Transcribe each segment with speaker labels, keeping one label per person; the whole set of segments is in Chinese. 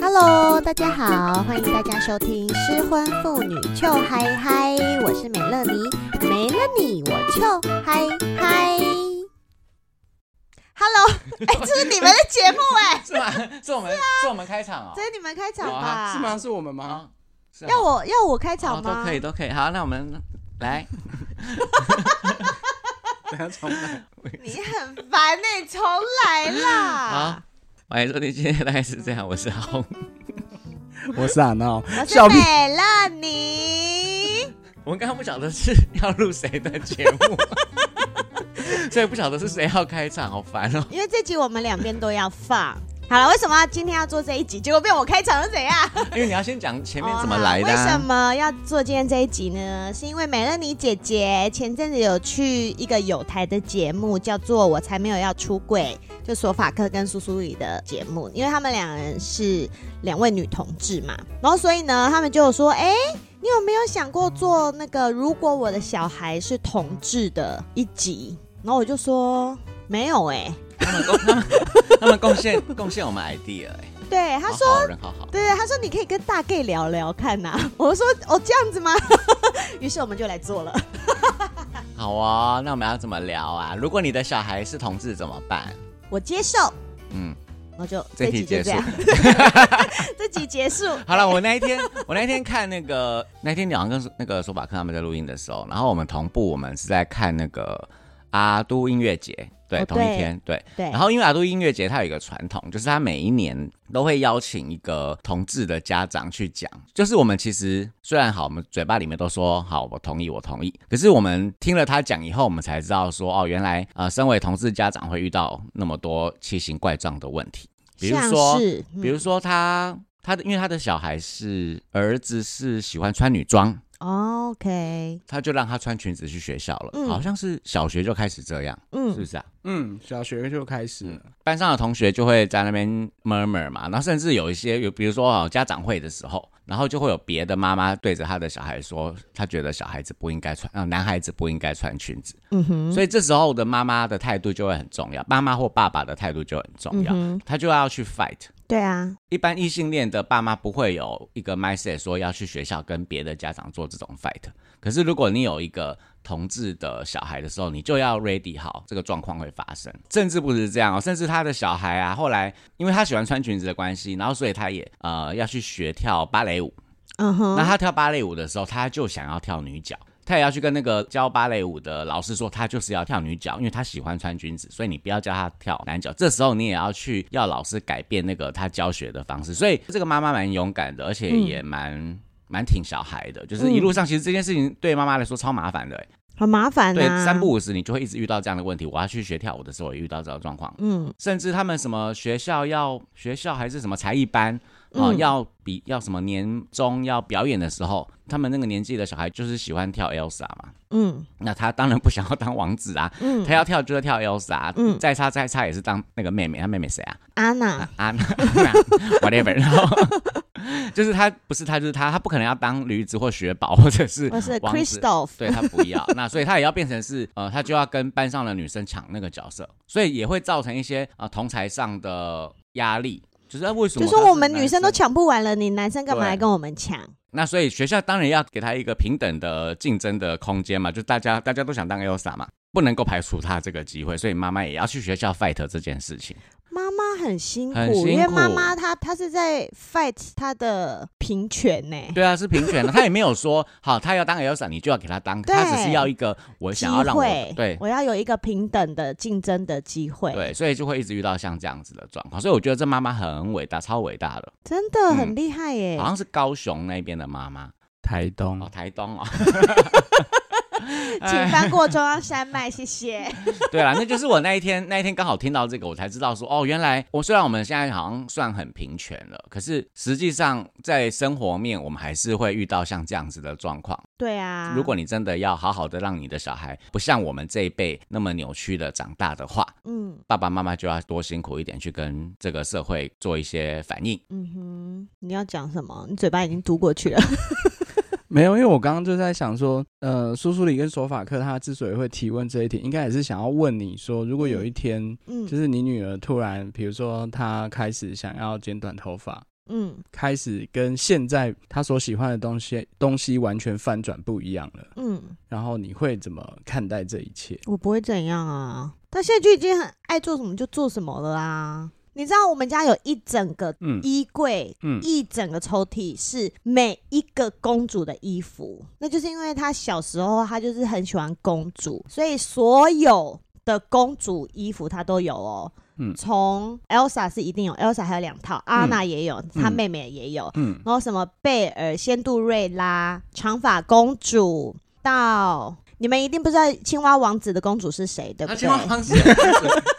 Speaker 1: Hello，大家好，欢迎大家收听《失婚妇女糗嗨嗨》，我是美乐妮，没了你我就嗨嗨。Hello，哎、 这是你们的节目哎、
Speaker 2: 是吗？ 是我们是我们开场哦
Speaker 1: 这，是你们开场
Speaker 2: 哇
Speaker 1: 吧？
Speaker 3: 是吗？是我们吗？
Speaker 2: 啊，是啊
Speaker 1: 要我要我开
Speaker 2: 好
Speaker 1: 场吗？
Speaker 2: 哦都可以都可以。好，那我们来，
Speaker 3: 等下重来。
Speaker 1: 你很烦哎、重来
Speaker 2: 好啊
Speaker 1: 啦！，
Speaker 2: 欢迎收听今天大概是这样，我是 阿红。
Speaker 3: 我是阿啊闹
Speaker 1: 我，是
Speaker 3: 笑屁！
Speaker 1: 美乐妮，
Speaker 2: 我们刚刚不晓得是要录谁的节目， 所以不晓得是谁要开场，好烦哦。
Speaker 1: 因为这集我们两边都要放。好了，为什么要今天要做这一集？结果变我开场又怎样？
Speaker 2: 因为你要先讲前面怎么来的、
Speaker 1: 哦好为什
Speaker 2: 啊。
Speaker 1: 么要做今天这一集呢？是因为美乐妮姐姐前阵子有去一个有台的节目，叫做《我才没有要出柜》，就索法克跟苏苏里的节目，因为他们两人是两位女同志嘛，然后所以呢，他们就有说，哎、你有没有想过做那个？如果我的小孩是同志的一集，然后我就说没有哎、
Speaker 2: 他们贡他们他们贡献贡献我们 idea 哎、
Speaker 1: 对，他说
Speaker 2: 好好人好好。
Speaker 1: 对对，他说你可以跟大 gay 聊聊看呐、 我说哦这样子吗？ 于是我们就来做了。
Speaker 2: 好啊、哦，那我们要怎么聊啊？如果你的小孩是同志怎么办？
Speaker 1: 我接受，
Speaker 2: 嗯，
Speaker 1: 然后就
Speaker 2: 这
Speaker 1: 集
Speaker 2: 题
Speaker 1: 就
Speaker 2: 结
Speaker 1: 这
Speaker 2: 束
Speaker 1: 样， 这集结束。
Speaker 2: 好了，我那一天，我那一天看那个，那天好像跟那个索法克他们在录音的时候，然后我们同步，我们是在看那个阿都音乐节，对，
Speaker 1: 哦
Speaker 2: 同一
Speaker 1: 对
Speaker 2: 天，对。
Speaker 1: 对
Speaker 2: 然，后因为阿都音乐节它有一个传统，就是它每一年都会邀请一个同志的家长去讲。就是我们其实虽然好，我们嘴巴里面都说好，我同意，我同意，可是我们听了他讲以后，我们才知道说哦，原来呃，身为同志家长会遇到那么多奇形怪状的问题， 比如
Speaker 1: 像
Speaker 2: 说。
Speaker 1: 是嗯
Speaker 2: 比如说他他的，因为他的小孩是儿子是喜欢穿女装，
Speaker 1: 嗯 OK，
Speaker 2: 他就让他穿裙子去学校了，
Speaker 1: 嗯
Speaker 2: 好像是小学就开始这样，是不
Speaker 1: 嗯，
Speaker 2: 是啊？
Speaker 3: 嗯，小学就开始了。
Speaker 2: 班上的同学就会在那边 murmur 嘛，然后甚至有一些有，比如说哦，家长会的时候，然后就会有别的妈妈对着他的小孩说，他觉得小孩子不应该穿，呃，男孩子不应该穿裙子，
Speaker 1: 嗯哼，
Speaker 2: 所以这时候的妈妈的态度就会很重要，妈妈或爸爸的态度就很重要，
Speaker 1: 嗯哼，
Speaker 2: 他就要去 fight。
Speaker 1: 对啊，
Speaker 2: 一般异性恋的爸妈不会有一个 mindset 说要去学校跟别的家长做这种 fight，可是如果你有一个同志的小孩的时候，你就要 ready 好这个状况会发生，甚至不是这样哦，甚至他的小孩啊，后来因为他喜欢穿裙子的关系，然后所以他也呃要去学跳芭蕾舞，
Speaker 1: 嗯
Speaker 2: 那
Speaker 1: 哼，
Speaker 2: 他跳芭蕾舞的时候，他就想要跳女脚，他也要去跟那个教芭蕾舞的老师说，他就是要跳女脚，因为他喜欢穿裙子，所以你不要教他跳男脚。这时候你也啊要去要老师改变那个他教学的方式，所以这个妈妈蛮勇敢的，而且也蛮。蛮挺小孩的，就是一路上其实这件事情对妈妈来说超麻烦的、欸
Speaker 1: 很麻烦
Speaker 2: 对，
Speaker 1: 啊，
Speaker 2: 三不，五时你就会一直遇到这样的问题。我要去学跳舞的时候，也遇到这种状况，
Speaker 1: 嗯，
Speaker 2: 甚至他们什么学校要学校还是什么才艺班啊、呃
Speaker 1: 嗯
Speaker 2: 要比要什么年终要表演的时候，他们那个年纪的小孩就是喜欢跳 Elsa 嘛。
Speaker 1: 嗯
Speaker 2: 那他当然不想要当王子啊，
Speaker 1: 嗯
Speaker 2: 他要跳就是跳 Elsa，、啊
Speaker 1: 嗯
Speaker 2: 再差再差也是当那个妹妹，他妹妹谁啊？
Speaker 1: 安娜，
Speaker 2: 啊 ，whatever，然后就是他不是他就是他，他不可能要当驴子或雪宝或者是
Speaker 1: 我是
Speaker 2: 王子
Speaker 1: Christoph，
Speaker 2: 对他不要，那所以他也要变成是呃，他就要跟班上的女生抢那个角色，所以也会造成一些呃同才上的压力，就是、啊、为什么
Speaker 1: 就
Speaker 2: 他是男生？
Speaker 1: 说我们女生都抢不完了，你男生干嘛
Speaker 2: 对
Speaker 1: 来跟我们抢？
Speaker 2: 那所以学校当然要给他一个平等的竞争的空间嘛，就大家大家都想当 Elsa 嘛，不能够排除他这个机会，所以妈妈也要去学校 fight 这件事情。
Speaker 1: 妈妈很辛苦，
Speaker 2: 很辛苦
Speaker 1: 因为妈妈她她是在 fight 她的平权呢、
Speaker 2: 对啊，是平权的，他也没有说好他要当 Elsa 你就要给他当，他
Speaker 1: 对
Speaker 2: 只是要一个我
Speaker 1: 机
Speaker 2: 想要让我
Speaker 1: 会，
Speaker 2: 对
Speaker 1: 我要有一个平等的竞争的机会，
Speaker 2: 对，所以就会一直遇到像这样子的状况，所以我觉得这妈妈很伟大，超伟大的。
Speaker 1: 真的
Speaker 2: 嗯
Speaker 1: 很厉害耶、
Speaker 2: 好像是高雄那边的妈妈
Speaker 3: 台东
Speaker 2: 哦，台东哦，
Speaker 1: 请翻过中央山脉，谢谢。
Speaker 2: 对啦，那就是我那一天那一天刚好听到这个，我才知道说哦，原来我虽然我们现在好像算很平权了，可是实际上在生活面我们还是会遇到像这样子的状况。
Speaker 1: 对啊，
Speaker 2: 如果你真的要好好的让你的小孩不像我们这一辈那么扭曲的长大的话，
Speaker 1: 嗯
Speaker 2: 爸爸妈妈就要多辛苦一点去跟这个社会做一些反应。
Speaker 1: 嗯哼，你要讲什么？你嘴巴已经嘟过去 了。
Speaker 3: 没有，因为我刚刚就在想说，呃，苏苏里跟索法克他之所以会提问这一题，应该也是想要问你说，如果有一天，
Speaker 1: 嗯
Speaker 3: 就是你女儿突然，比如说她开始想要剪短头发，
Speaker 1: 嗯
Speaker 3: 开始跟现在他所喜欢的东西东西完全翻转不一样了，
Speaker 1: 嗯，
Speaker 3: 然后你会怎么看待这一切？
Speaker 1: 我不会怎样啊，他现在就已经很爱做什么就做什么了啊。你知道我们家有一整个
Speaker 3: 嗯
Speaker 1: 衣柜，
Speaker 3: 嗯
Speaker 1: 一整个抽屉是每一个公主的衣服，那就是因为她小时候她就是很喜欢公主，所以所有的公主衣服她都有哦。
Speaker 3: 嗯
Speaker 1: 从 Elsa 是一定有，Elsa 还有两套，安娜也有，她妹妹也有，
Speaker 3: 嗯
Speaker 1: 然后什么贝尔、仙杜瑞拉、长发公主，到你们一定不知道青蛙王子的公主是谁，对不
Speaker 2: 他
Speaker 1: 对？
Speaker 2: 啊青蛙王子，
Speaker 1: 是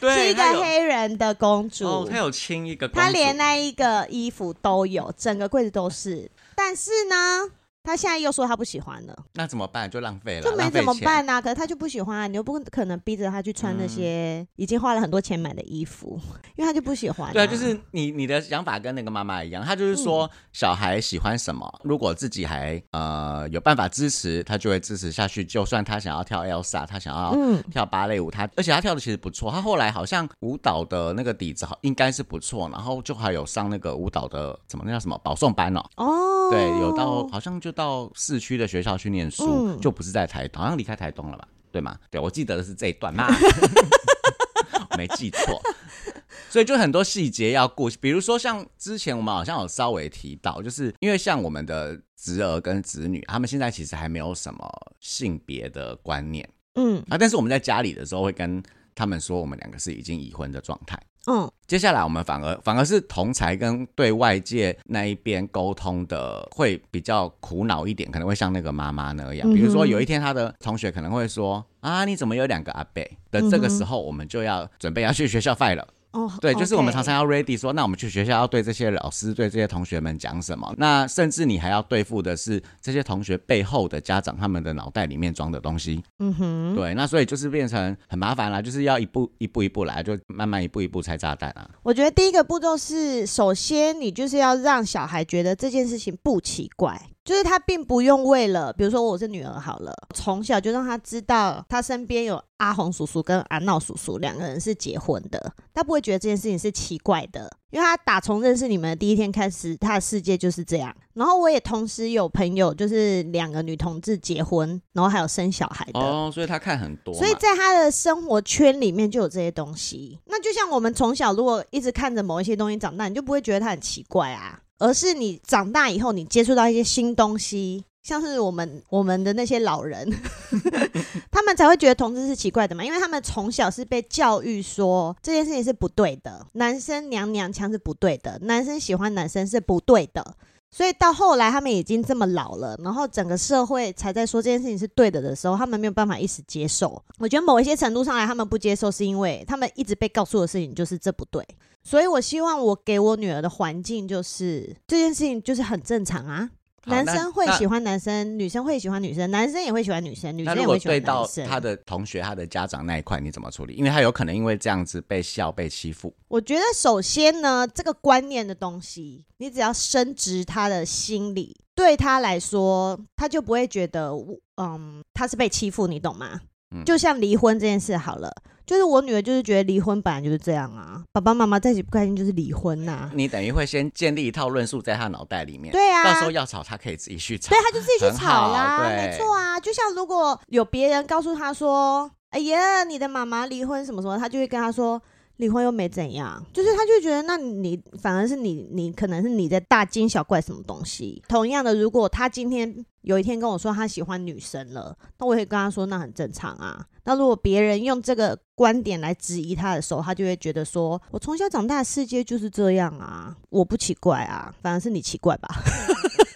Speaker 2: 对，
Speaker 1: 一个
Speaker 2: 他有
Speaker 1: 黑人的公主，
Speaker 2: 哦，他有亲一个公主，
Speaker 1: 她连那一个衣服都有，整个柜子都是。但是呢，她现在又说她不喜欢了，
Speaker 2: 那怎么办？就浪费了，
Speaker 1: 就没
Speaker 2: 浪费
Speaker 1: 怎么
Speaker 2: 钱。
Speaker 1: 办呢、可是她就不喜欢啊，你又不可能逼着她去穿那些已经花了很多钱买的衣服， 因为她就不喜欢、
Speaker 2: 嗯对啊，就是你你的想法跟那个妈妈一样，她就是说小孩喜欢什么，如果自己还呃有办法支持，她就会支持下去。就算她想要跳 Elsa，她想要
Speaker 1: 嗯
Speaker 2: 跳芭蕾舞，她而且她跳的其实不错，她后来好像舞蹈的那个底子好应该是不错，然后就还有上那个舞蹈的怎么那叫什么保送班哦，
Speaker 1: 哦，
Speaker 2: 对，有到好像就到市区的学校去念书，
Speaker 1: 嗯
Speaker 2: 就不是在台东，好像离开台东了吧？对吗？对，我记得的是这一段嘛， 我没记错。所以就很多细节要顾，比如说像之前我们好像有稍微提到，就是因为像我们的侄儿跟侄女，他们现在其实还没有什么性别的观念
Speaker 1: 嗯
Speaker 2: 啊，但是我们在家里的时候会跟他们说，我们两个是已经已婚的状态。
Speaker 1: 嗯
Speaker 2: 接下来我们反而反而是同才跟对外界那一边沟通的会比较苦恼一点，可能会像那个妈妈那
Speaker 1: 嗯
Speaker 2: 样，比如说有一天她的同学可能会说啊你怎么有两个阿伯的这个时候，我们就要准备要去学校 fight 了。
Speaker 1: 哦，
Speaker 2: 对，就是我们
Speaker 1: 嗯
Speaker 2: 常
Speaker 1: OK
Speaker 2: 常要 ready 说，那我们去学校要对这些老师、对这些同学们讲什么？那甚至你还要对付的是这些同学背后的家长，他们的脑袋里面装的东西。
Speaker 1: 嗯哼。
Speaker 2: 对，那所以就是变成很麻烦啦，就是要一步一步一步来，就慢慢一步一步拆炸弹啊。
Speaker 1: 我觉得第一个步骤是，首先你就是要让小孩觉得这件事情不奇怪，就是他并不用为了，比如说我是女儿好了，从小就让他知道他身边有阿红叔叔跟阿闹叔叔两个人是结婚的，他不会觉得这件事情是奇怪的，因为他打从认识你们的第一天开始，他的世界就是这样。然后我也同时有朋友就是两个女同志结婚，然后还有生小孩的，
Speaker 2: 哦，所以他看很多嘛，
Speaker 1: 所以在他的生活圈里面就有这些东西。那就像我们从小如果一直看着某一些东西长大，你就不会觉得它很奇怪啊，而是你长大以后你接触到一些新东西。像是我们 我们的那些老人， 他们才会觉得同志是奇怪的嘛，因为他们从小是被教育说这件事情是不对的，男生娘娘腔是不对的，男生喜欢男生是不对的，所以到后来他们已经这么老了，然后整个社会才在说这件事情是对的的时候，他们没有办法一时接受。我觉得某一些程度上来，他们不接受是因为他们一直被告诉的事情就是这不对。所以我希望我给我女儿的环境就是这件事情就是很正常啊，
Speaker 2: 好
Speaker 1: 男
Speaker 2: 那
Speaker 1: 生会
Speaker 2: 那
Speaker 1: 喜欢男生，女生会喜欢女生，男生也会喜欢女生，女
Speaker 2: 那
Speaker 1: 生
Speaker 2: 如
Speaker 1: 也
Speaker 2: 果
Speaker 1: 会喜
Speaker 2: 对
Speaker 1: 欢
Speaker 2: 到
Speaker 1: 男生。
Speaker 2: 他的同学、他的家长那一块，你怎么处理？因为他有可能因为这样子被笑、被欺负。
Speaker 1: 我觉得首先呢，这个观念的东西，你只要深植他的心里，对他来说，他就不会觉得我，嗯，他是被欺负，你懂吗？
Speaker 2: 嗯
Speaker 1: 就像离婚这件事好了，就是我女儿就是觉得离婚本来就是这样啊，爸爸妈妈在一起不开心就是离婚呐、
Speaker 2: 你等于会先建立一套论述在他脑袋里面，
Speaker 1: 对啊，
Speaker 2: 嗯到时候要吵他可以自己去吵
Speaker 1: 对，。他就自己去
Speaker 2: 很
Speaker 1: 吵
Speaker 2: 好
Speaker 1: 啦，
Speaker 2: 对
Speaker 1: 没错啊。就像如果有别人告诉他说：“哎呀，你的妈妈离婚什么什么”，他就会跟他说：“离婚又没怎样。”就是他就觉得，那你反而是你，你可能是你在大惊小怪什么东西。同样的，如果他今天有一天跟我说他喜欢女生了，那我也跟他说那很正常啊。那如果别人用这个观点来质疑他的时候，他就会觉得说：“我从小长大的世界就是这样啊，我不奇怪啊，反而是你奇怪吧。”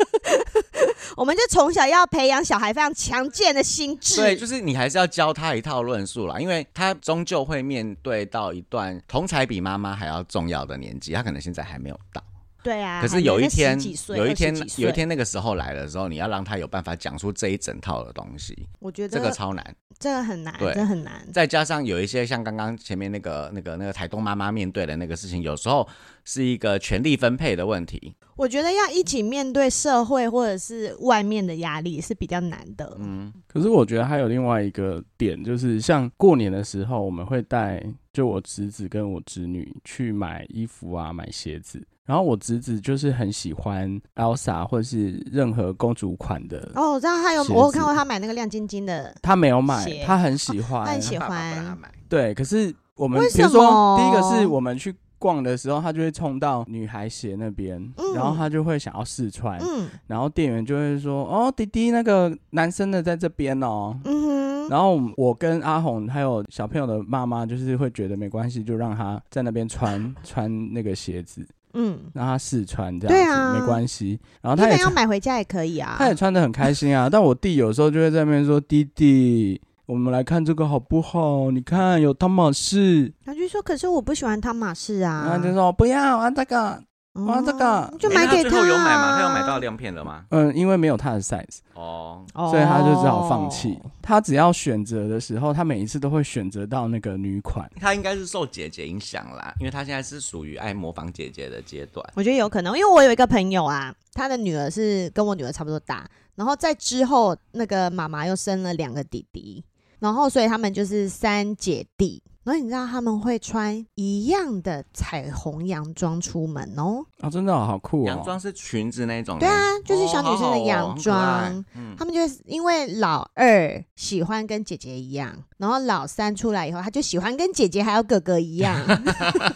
Speaker 1: 我们就从小要培养小孩非常强健的心智。
Speaker 2: 对，就是你还是要教他一套论述啦，因为他终究会面对到一段同才比妈妈还要重要的年纪，他可能现在还没有到。
Speaker 1: 对啊。
Speaker 2: 可是有一
Speaker 1: 还
Speaker 2: 天
Speaker 1: 没十几，岁
Speaker 2: 有一天
Speaker 1: 二十几，岁
Speaker 2: 有一天那个时候来的时候，你要让他有办法讲出这一整套的东西，
Speaker 1: 我觉得
Speaker 2: 这个超难。
Speaker 1: 这个很难，
Speaker 2: 对
Speaker 1: 这很难。
Speaker 2: 再加上有一些像刚刚前面那个那个那个台东妈妈面对的那个事情，有时候是一个权力分配的问题。
Speaker 1: 我觉得要一起面对社会或者是外面的压力是比较难的。
Speaker 2: 嗯，
Speaker 3: 可是我觉得还有另外一个点，就是像过年的时候，我们会带就我侄子跟我侄女去买衣服啊，买鞋子。然后我侄子就是很喜欢 Elsa 或者是任何公主款的，
Speaker 1: 哦，我知道他有，
Speaker 3: 鞋子
Speaker 1: 我有看过他买那个亮晶晶的，
Speaker 3: 他没有买
Speaker 1: 鞋，哦
Speaker 3: 他很喜欢，
Speaker 1: 他很喜
Speaker 4: 爸爸不
Speaker 1: 欢
Speaker 4: 让他买，
Speaker 3: 对，可是我们
Speaker 1: 为
Speaker 3: 比如
Speaker 1: 什么
Speaker 3: 说，第一个是我们去逛的时候，他就会冲到女孩鞋那边，
Speaker 1: 嗯
Speaker 3: 然后他就会想要试穿，
Speaker 1: 嗯
Speaker 3: 然后店员就会说：“哦，弟弟，那个男生的在这边哦。
Speaker 1: 嗯哼，
Speaker 3: 然后我跟阿红还有小朋友的妈妈，就是会觉得没关系，就让他在那边穿 穿那个鞋子，
Speaker 1: 嗯，
Speaker 3: 让他试穿这样子，
Speaker 1: 对啊
Speaker 3: 没关系。然后
Speaker 1: 你
Speaker 3: 他也
Speaker 1: 们要
Speaker 3: 穿，
Speaker 1: 买回家也可以啊。
Speaker 3: 他也穿的很开心啊。但我弟有时候就会在那边说：“弟弟，我们来看这个好不好？你看有汤马士。”
Speaker 1: 他就说，可是我不喜欢汤马士啊。
Speaker 3: 然后就说不要啊这个，
Speaker 1: 嗯
Speaker 3: 哇这个
Speaker 1: 就
Speaker 2: 诶
Speaker 1: 买
Speaker 2: 哎那
Speaker 1: 给
Speaker 2: 最后有买吗？
Speaker 1: 啊
Speaker 2: 他有买到亮片了吗？
Speaker 3: 嗯，因为没有他的 size，
Speaker 2: 哦，
Speaker 1: 哦
Speaker 3: 所以他就只好放弃。他只要选择的时候，他每一次都会选择到那个女款。
Speaker 2: 他应该是受姐姐影响啦，因为他现在是属于爱模仿姐姐的阶段。
Speaker 1: 我觉得有可能，因为我有一个朋友啊，他的女儿是跟我女儿差不多大，然后在之后那个妈妈又生了两个弟弟，然后所以他们就是三姐弟。然后你知道他们会穿一样的彩虹洋装出门哦，
Speaker 3: 哦，真的、哦、好酷
Speaker 2: 洋
Speaker 3: 哦！
Speaker 2: 装是裙子那种，
Speaker 1: 对啊，就是小女生的
Speaker 2: 哦
Speaker 1: 洋
Speaker 2: 好好
Speaker 1: 装。
Speaker 2: 哦很可爱嗯，
Speaker 1: 他们就是因为老二喜欢跟姐姐一样，然后老三出来以后，他就喜欢跟姐姐还有哥哥一样，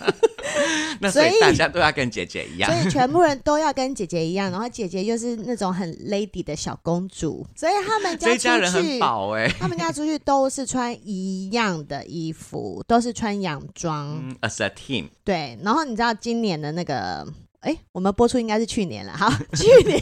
Speaker 2: 那所
Speaker 1: 啊所
Speaker 2: 以
Speaker 1: 以
Speaker 2: 大家都要跟姐姐一样
Speaker 1: 所。以全部人都要跟姐姐一样。然后姐姐又是那种很 lady 的小公主，所以他们
Speaker 2: 这一家
Speaker 1: 家
Speaker 2: 人
Speaker 1: 出
Speaker 2: 很
Speaker 1: 去，
Speaker 2: 饱哎、
Speaker 1: 他们家出去都是穿一样的衣服，都是穿洋装。
Speaker 2: 嗯，as a team，
Speaker 1: 对，然后你知道今年的那个，哎，我们播出应该是去年了。 好，去年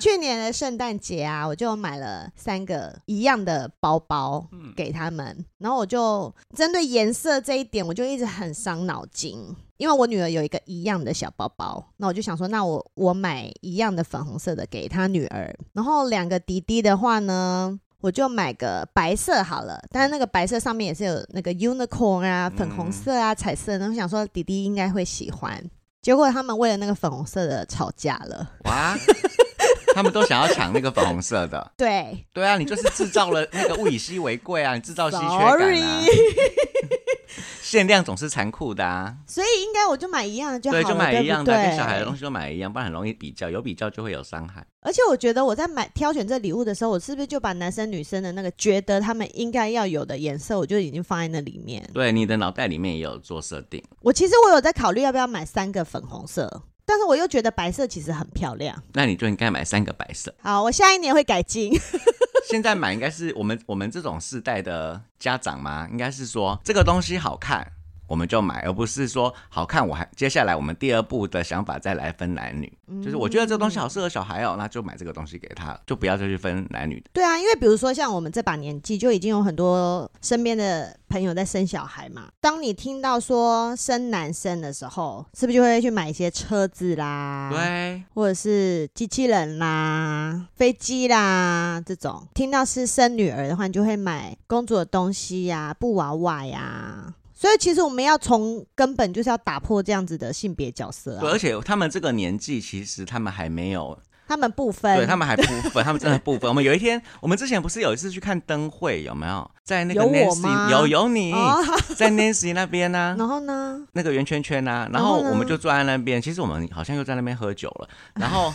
Speaker 1: 去年的圣诞节啊，我就买了三个一样的包包给他们，然后我就针对颜色这一点，我就一直很伤脑筋。因为我女儿有一个一样的小包包，那我就想说，那我我买一样的粉红色的给她女儿，然后两个弟弟的话呢，我就买个白色好了，但是那个白色上面也是有那个 unicorn 啊、粉红色啊、彩色的，然后想说弟弟应该会喜欢。结果他们为了那个粉红色的吵架了，
Speaker 2: 哇，他们都想要抢那个粉红色的。
Speaker 1: 对，
Speaker 2: 对啊，你就是制造了那个物以稀为贵啊，你制造稀缺感啊
Speaker 1: Sorry。
Speaker 2: 限量总是残酷的啊，
Speaker 1: 所以应该我就买一样就好了，
Speaker 2: 对，就买一样的，
Speaker 1: 对不对
Speaker 2: 跟小孩的东西就买一样，不然很容易比较，有比较就会有伤害。
Speaker 1: 而且我觉得我在买挑选这礼物的时候，我是不是就把男生女生的那个觉得他们应该要有的颜色，我就已经放在那里面。
Speaker 2: 对，你的脑袋里面也有做设定，
Speaker 1: 我其实我有在考虑要不要买三个粉红色，但是我又觉得白色其实很漂亮。
Speaker 2: 那你就应该买三个白色。
Speaker 1: 好，我下一年会改进。
Speaker 2: 现在买应该是我们我们这种世代的家长嘛，应该是说这个东西好看我们就买，而不是说好看我还接下来我们第二步的想法再来分男女， 就是我觉得这个
Speaker 1: 嗯
Speaker 2: 东西好适合小孩哦，那就买这个东西给他，就不要再去分男女。
Speaker 1: 对啊，因为比如说像我们这把年纪，就已经有很多身边的朋友在生小孩嘛。当你听到说生男生的时候，是不是就会去买一些车子啦？。
Speaker 2: 对，
Speaker 1: 或者是机器人啦、飞机啦这种，听到是生女儿的话，你就会买公主的东西呀、布娃娃呀、所以其实我们要从根本就是要打破这样子的性别角色
Speaker 2: 对，
Speaker 1: 啊
Speaker 2: 而，且他们这个年纪其实他们还没有，
Speaker 1: 他们不分，
Speaker 2: 对他们还不分，他们真的不分。我们有一天，我们之前不是有一次去看灯会，有没有？在那个
Speaker 1: 有我
Speaker 2: Nancy
Speaker 1: 吗
Speaker 2: 有有你、
Speaker 1: 哦， 嗯
Speaker 2: 在 Nancy 那边呢、
Speaker 1: 然后呢？
Speaker 2: 那个圆圈圈啊，然
Speaker 1: 后
Speaker 2: 后
Speaker 1: 呢
Speaker 2: 我们就坐在那边，其实我们好像又在那边喝酒了，然后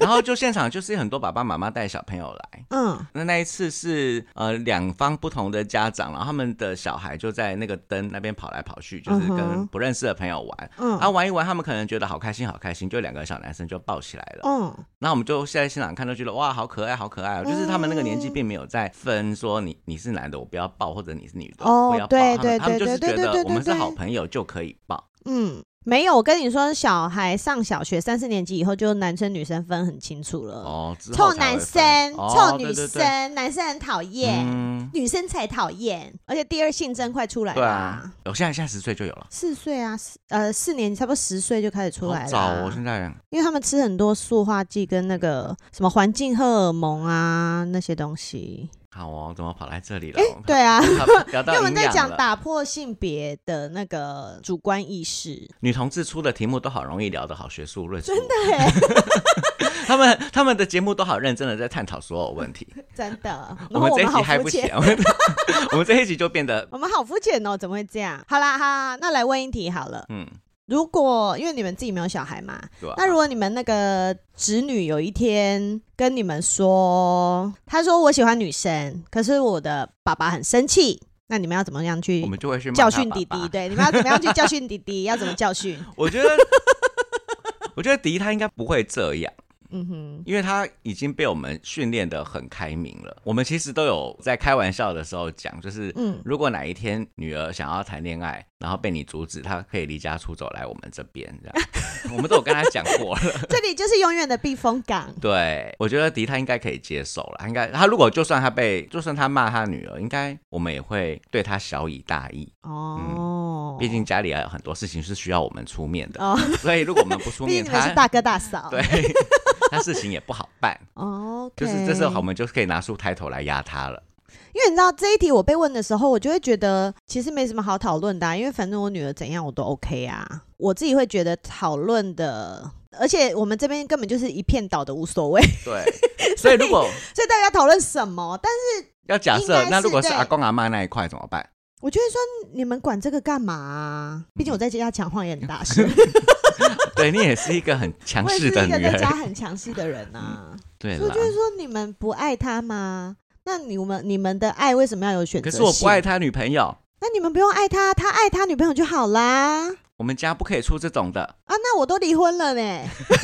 Speaker 2: 然后就现场就是很多爸爸妈妈带小朋友来。
Speaker 1: 嗯，
Speaker 2: 那那一次是呃两方不同的家长，然后他们的小孩就在那个灯那边跑来跑去，就是
Speaker 1: 嗯哼
Speaker 2: 跟不认识的朋友玩，
Speaker 1: 嗯
Speaker 2: 啊玩一玩，他们可能觉得好开心好开心，就两个小男生就抱起来了。
Speaker 1: 嗯，
Speaker 2: 那我们就现在现场看都觉得哇，好可爱，好可爱哦！就是他们那个年纪并没有在分说你你是男的我不要抱，或者你是女的
Speaker 1: 哦
Speaker 2: 我不要抱，
Speaker 1: 对
Speaker 2: 他们
Speaker 1: 对
Speaker 2: 他们就
Speaker 1: 对
Speaker 2: 是
Speaker 1: 对
Speaker 2: 觉
Speaker 1: 对
Speaker 2: 得
Speaker 1: 对
Speaker 2: 我们是
Speaker 1: 对
Speaker 2: 好
Speaker 1: 对
Speaker 2: 朋友就可以抱。
Speaker 1: 嗯，没有，我跟你说，小孩上小学三四年级以后，就男生女生分很清楚了。
Speaker 2: 哦，之后
Speaker 1: 臭
Speaker 2: 才
Speaker 1: 男
Speaker 2: 会
Speaker 1: 生
Speaker 2: 分、哦
Speaker 1: 臭女
Speaker 2: 对
Speaker 1: 生，
Speaker 2: 对对
Speaker 1: 男生很讨厌，
Speaker 2: 嗯，
Speaker 1: 女生才讨厌。而且第二性征快出来
Speaker 2: 对
Speaker 1: 了、
Speaker 2: 啊，我现在现在十岁就有了，
Speaker 1: 四岁啊，四呃四年级差不多十岁就开始出来
Speaker 2: 好
Speaker 1: 了
Speaker 2: 早
Speaker 1: 啊、
Speaker 2: 哦，现在
Speaker 1: 因为他们吃很多塑化剂跟那个什么环境荷尔蒙啊那些东西。
Speaker 2: 好哦，怎么跑来这里了
Speaker 1: 哎、？对啊，
Speaker 2: 好，聊
Speaker 1: 因为
Speaker 2: 到
Speaker 1: 我们
Speaker 2: 营
Speaker 1: 在
Speaker 2: 养
Speaker 1: 讲
Speaker 2: 了
Speaker 1: 打破性别的那个主观意 识，
Speaker 2: 女同志出的题目都好容易聊得好学术论述，
Speaker 1: 真的哎、
Speaker 2: 他们他们的节目都好认真的在探讨所有问题。
Speaker 1: 真的。
Speaker 2: 我
Speaker 1: 然后
Speaker 2: 们这一集
Speaker 1: 好
Speaker 2: 还
Speaker 1: 肤
Speaker 2: 不
Speaker 1: 浅
Speaker 2: 行，，我们我们这一集就变得
Speaker 1: 我们好肤浅哦，怎么会这样？好啦，好啦，那来问一题好了。
Speaker 2: 嗯，
Speaker 1: 如果因为你们自己没有小孩嘛，
Speaker 2: 对吧、
Speaker 1: 那如果你们那个侄女有一天跟你们说，她说我喜欢女生，可是我的爸爸很生气，那你们要怎么样去
Speaker 2: 我们就会去骂
Speaker 1: 教
Speaker 2: 他
Speaker 1: 训
Speaker 2: 爸
Speaker 1: 弟
Speaker 2: 爸
Speaker 1: 弟？。对，你们要怎么样去教训弟弟？要怎么教训？
Speaker 2: 我觉得，我觉得迪他应该不会这样，
Speaker 1: 嗯哼，
Speaker 2: 因为他已经被我们训练的很开明了。我们其实都有在开玩笑的时候讲，就是
Speaker 1: 嗯
Speaker 2: 如果哪一天女儿想要谈恋爱，然后被你阻止，她可以离家出走来我们这边，这样 我们都有跟她讲过了。
Speaker 1: 这里就是永远的避风港。
Speaker 2: 对，我觉得迪他应该可以接受了。他应该，他如果就算他被，就算他骂他女儿，应该我们也会对他小以大义。
Speaker 1: 哦，
Speaker 2: 嗯毕竟家里还有很多事情是需要我们出面的，
Speaker 1: 哦，
Speaker 2: 所以如果我们不 出
Speaker 1: 毕竟
Speaker 2: 面，
Speaker 1: 你们
Speaker 2: 他
Speaker 1: 是大啊哥大嫂。
Speaker 2: 对， 他事情也不好办。
Speaker 1: 哦，
Speaker 2: 就是这时候，我们就可以拿出抬头来压他了。
Speaker 1: 因为你知道这一题我被问的时候，我就会觉得其实没什么好讨论的啊、因为反正我女儿怎样我都 OK 啊。我自己会觉得讨论的，而且我们这边根本就是一片倒的无所谓，
Speaker 2: 对，所以如果
Speaker 1: 所以大家讨论什么？但是
Speaker 2: 要假
Speaker 1: 应该
Speaker 2: 设，
Speaker 1: 是
Speaker 2: 那如果是
Speaker 1: 对
Speaker 2: 阿公阿妈那一块怎么办？
Speaker 1: 我就会说你们管这个干嘛啊、毕竟我在家讲话也很 大声，
Speaker 2: 对你也是一个很强
Speaker 1: 我也是
Speaker 2: 势
Speaker 1: 一
Speaker 2: 的
Speaker 1: 个
Speaker 2: 女
Speaker 1: 在家
Speaker 2: 人，
Speaker 1: 很强势的人啊。
Speaker 2: 对
Speaker 1: 所以我
Speaker 2: 啦
Speaker 1: 就。会说你们不爱他吗？那你们你们的爱为什么要有选择
Speaker 2: 可
Speaker 1: 性？
Speaker 2: 是我不爱他女朋友，
Speaker 1: 那你们不用爱他，他爱他女朋友就好啦。
Speaker 2: 我们家不可以出这种的。
Speaker 1: 啊，那我都离婚了呢。 要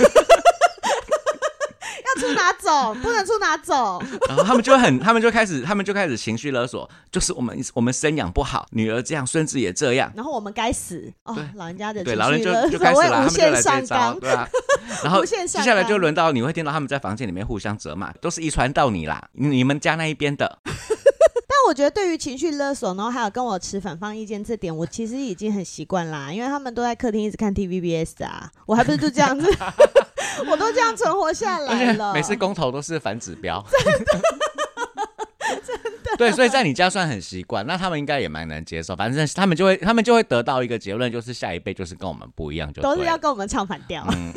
Speaker 1: 出哪种？不能出哪种？
Speaker 2: 然后他们就很，他们就开始，他们就开始情绪勒索，就是我们我们生养不好，女儿这样，孙子也这样，
Speaker 1: 然后我们该死哦
Speaker 2: 对！
Speaker 1: 老人家的
Speaker 2: 对，
Speaker 1: 情
Speaker 2: 老人
Speaker 1: 绪
Speaker 2: 就
Speaker 1: 勒
Speaker 2: 就
Speaker 1: 索
Speaker 2: 开始
Speaker 1: 会
Speaker 2: 了，他
Speaker 1: 无
Speaker 2: 们就
Speaker 1: 限
Speaker 2: 来这一
Speaker 1: 上
Speaker 2: 招，
Speaker 1: 纲，
Speaker 2: 对啊。然后
Speaker 1: 无限上
Speaker 2: 接下来
Speaker 1: 纲
Speaker 2: 就轮到你会听到他们在房间里面互相责骂，都是遗传到你啦，你你们家那一边的，
Speaker 1: 但我觉得对于情绪勒索，然后还有跟我持反方意见这点，我其实已经很习惯啦，因为他们都在客厅一直看 TVBS 啊，我还不是就这样 子，我都这样存活下
Speaker 2: 而
Speaker 1: 来
Speaker 2: 且
Speaker 1: 了。
Speaker 2: 每次公投都是反指 标，真的， 对，所以在你家算很习惯，那他们应该也蛮能接受，反正他们就会他们就会得到一个结论，就是下一辈就是跟我们不一样就，
Speaker 1: 都是要。跟我们唱反调。
Speaker 2: 嗯，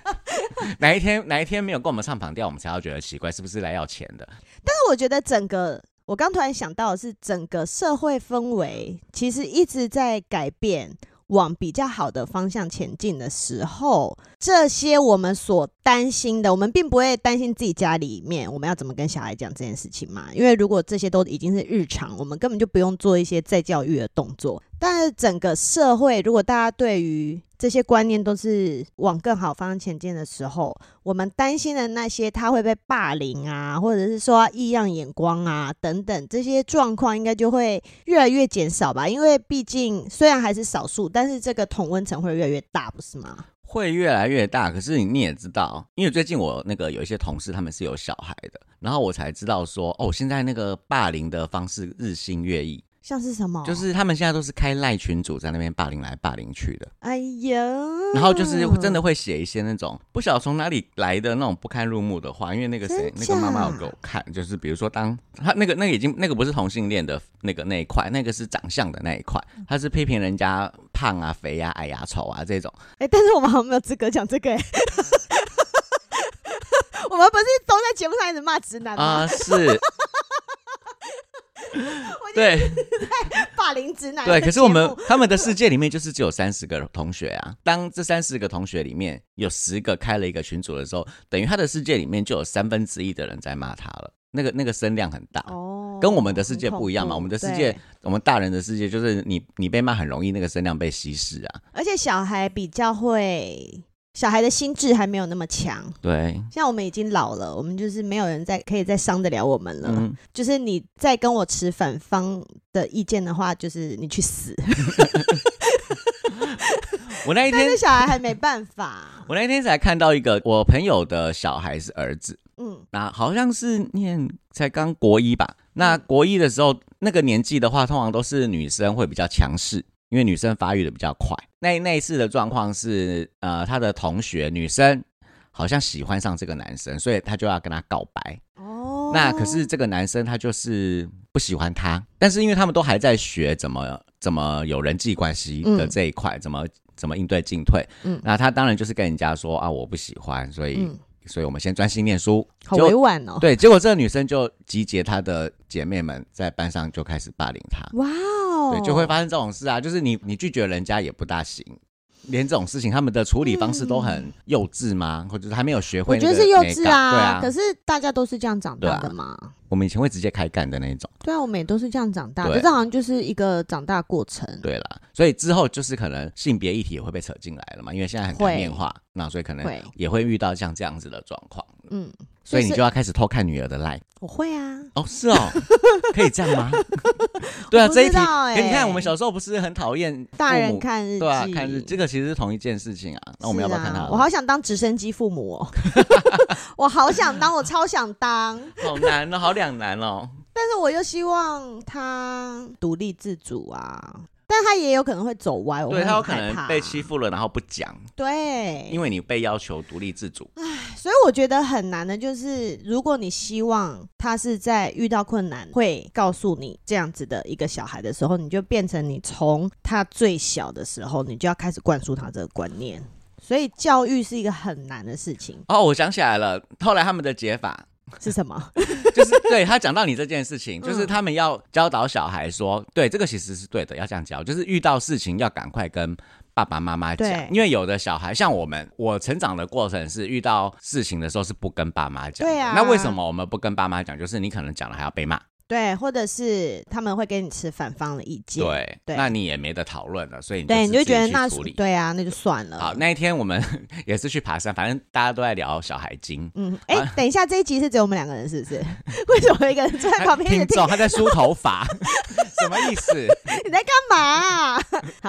Speaker 2: 哪一天哪一天没有跟我们唱反调，我们才要觉得奇怪，是不是来要钱的？
Speaker 1: 但我觉得整个，我刚突然想到的是，整个社会氛围其实一直在改变，往比较好的方向前进的时候，这些我们所担心的，我们并不会担心自己家里面我们要怎么跟小孩讲这件事情嘛，因为如果这些都已经是日常，我们根本就不用做一些再教育的动作。但是整个社会，如果大家对于这些观念都是往更好方向前进的时候，我们担心的那些他会被霸凌啊，或者是受到异样眼光啊等等这些状况，应该就会越来越减少吧？因为毕竟虽然还是少数，但是这个同温层会越来越大，不是吗？
Speaker 2: 会越来越大，可是你你也知道，因为最近我那个有一些同事他们是有小孩的，然后我才知道说，哦，现在那个霸凌的方式日新月异，
Speaker 1: 像是什么？
Speaker 2: 就是他们现在都是开赖群组在那边霸凌来霸凌去的，
Speaker 1: 哎呀，
Speaker 2: 然后就是 真的会写一些那种不晓得从哪里来的那种不堪入目的话，因为那个谁那
Speaker 1: 真假
Speaker 2: 个妈妈有给我看，就是比如说当他那个那个已经那个不是同性恋的那个那一块，那个是长相的那一块，他是批评人家胖啊、肥啊、矮啊、丑啊这种。
Speaker 1: 哎、但是我们好像没有资格讲这个、哎 我们不是都在节目上一直骂直男吗？
Speaker 2: 啊、是。对
Speaker 1: 霸凌直男的
Speaker 2: 对，可是我们
Speaker 1: 节目
Speaker 2: 他们的世界里面就是只有三十个同学啊。当这三十个同学里面有十个开了一个群组的时候，等于他的世界里面就有三分之一的人在骂他了。那个那个声量很大，
Speaker 1: 哦
Speaker 2: 跟我们的世界不一样嘛
Speaker 1: 很恐怖
Speaker 2: 我们的世界
Speaker 1: 对
Speaker 2: 我们大人的世界就是你你被骂很容易，那个声量被稀释啊。
Speaker 1: 而且小孩比较会，小孩的心智还没有那么强。
Speaker 2: 对，
Speaker 1: 像我们已经老了，我们就是没有人再可以再伤得了我们了。
Speaker 2: 嗯，
Speaker 1: 就是你再跟我持反方的意见的话，就是你去 死。
Speaker 2: 我那一
Speaker 1: 但
Speaker 2: 天
Speaker 1: 是小孩还没办法，
Speaker 2: 我那一天才看到一个我朋友的小孩是儿子，
Speaker 1: 嗯，
Speaker 2: 那好像是念才刚国一吧。那
Speaker 1: 嗯
Speaker 2: 国一的时候，那个年纪的话，通常都是女生会比较强势，因为女生发育的比较快。那那一次的状况是，呃，她的同学女生好像喜欢上这个男生，所以她就要跟他告白。
Speaker 1: 哦，
Speaker 2: 那可是这个男生他就是不喜欢她，但是因为他们都还在学怎么怎么有人际关系的这一块，怎么怎么应对进退。
Speaker 1: 嗯
Speaker 2: 那他当然就是跟人家说啊，我不喜欢，所以、
Speaker 1: 嗯，
Speaker 2: 所以我们先专心念书。
Speaker 1: 好
Speaker 2: 就
Speaker 1: 委婉哦。
Speaker 2: 对，结果这个女生就集结她的姐妹们在班上就开始霸凌她，
Speaker 1: 哇哦，
Speaker 2: 对，就会发生这种事啊，就是你你拒绝人家也不大行。连这种事情，他们的处理方式都很幼稚吗？或者是还没有学会
Speaker 1: 嗯我
Speaker 2: 那
Speaker 1: 觉
Speaker 2: 个
Speaker 1: 得
Speaker 2: 美感？
Speaker 1: 是幼稚
Speaker 2: 对啊，
Speaker 1: 可是大家都是这样长大的嘛。
Speaker 2: 我们以前会直接开干的那种。
Speaker 1: 对啊，我们也都是这样长大的，
Speaker 2: 对啊
Speaker 1: 这好像就是一个长大过程。
Speaker 2: 对啦，所以之后就是可能性别议题也会被扯进来了嘛，因为现在很
Speaker 1: 会
Speaker 2: 难面化，那所以可能
Speaker 1: 会
Speaker 2: 也会遇到像这样子的状况，
Speaker 1: 嗯，
Speaker 2: 所以你
Speaker 1: 是
Speaker 2: 就要开始偷看女儿的 line
Speaker 1: 我会啊，
Speaker 2: 哦，是哦， 可以 这样吗？对啊，
Speaker 1: 我不
Speaker 2: 这一
Speaker 1: 知
Speaker 2: 题，
Speaker 1: 道欸
Speaker 2: 你看我们小时候不是很讨厌
Speaker 1: 大
Speaker 2: 父
Speaker 1: 人
Speaker 2: 母
Speaker 1: 看日记，
Speaker 2: 对啊，看日这个其实是同一件事情啊，那我们要不要
Speaker 1: 是啊
Speaker 2: 看他的 line？
Speaker 1: 我好想当直升机父母 哦， 我好想当，我超想当，
Speaker 2: 好难哦，好两难哦，
Speaker 1: 但是我又希望他独立自主啊。但他也有可能会走 歪，我
Speaker 2: 对
Speaker 1: 会
Speaker 2: 他有
Speaker 1: 很
Speaker 2: 可
Speaker 1: 害
Speaker 2: 能
Speaker 1: 怕
Speaker 2: 被欺负了，然后不讲，
Speaker 1: 对，
Speaker 2: 因为你被要求独立 自主，
Speaker 1: 所以我觉得很难的就是，如果你希望他是在遇到困难会告诉你这样子的一个小孩的时候，你就变成你从他最小的时候，你就要开始灌输他这个观念。所以教育是一个很难的事情，
Speaker 2: 哦，我想起来了，后来他们的解法，
Speaker 1: 是什么？
Speaker 2: 就是对他讲到你这件事情，
Speaker 1: 嗯
Speaker 2: 就是他们要教导小孩说，对这个其实是对的，要这样教，就是遇到事情要赶快跟。爸爸妈妈
Speaker 1: 对
Speaker 2: 讲，因为有的小孩像我们，我成长的过程是遇到事情的时候是不跟爸妈讲的。
Speaker 1: 对啊
Speaker 2: 那为什么我们不跟爸妈讲？就是你可能讲了还要被骂，
Speaker 1: 对，或者是他们会给你持反方的意见，
Speaker 2: 对，
Speaker 1: 对
Speaker 2: 那你也没得讨论了，所以你
Speaker 1: 对，
Speaker 2: 是
Speaker 1: 你就
Speaker 2: 自己
Speaker 1: 觉得
Speaker 2: 去
Speaker 1: 那
Speaker 2: 处理。
Speaker 1: 对啊，那就算了。
Speaker 2: 好，那一天我们 也是去爬山，反正大家都在聊小孩经。
Speaker 1: 嗯，哎、
Speaker 2: 啊
Speaker 1: 等一下，这一集是只有我们两个人，是不 是？为什么一个人坐在旁边一直
Speaker 2: 听
Speaker 1: 听？
Speaker 2: 众他在梳头发， 什么意思？
Speaker 1: 你在干嘛 啊、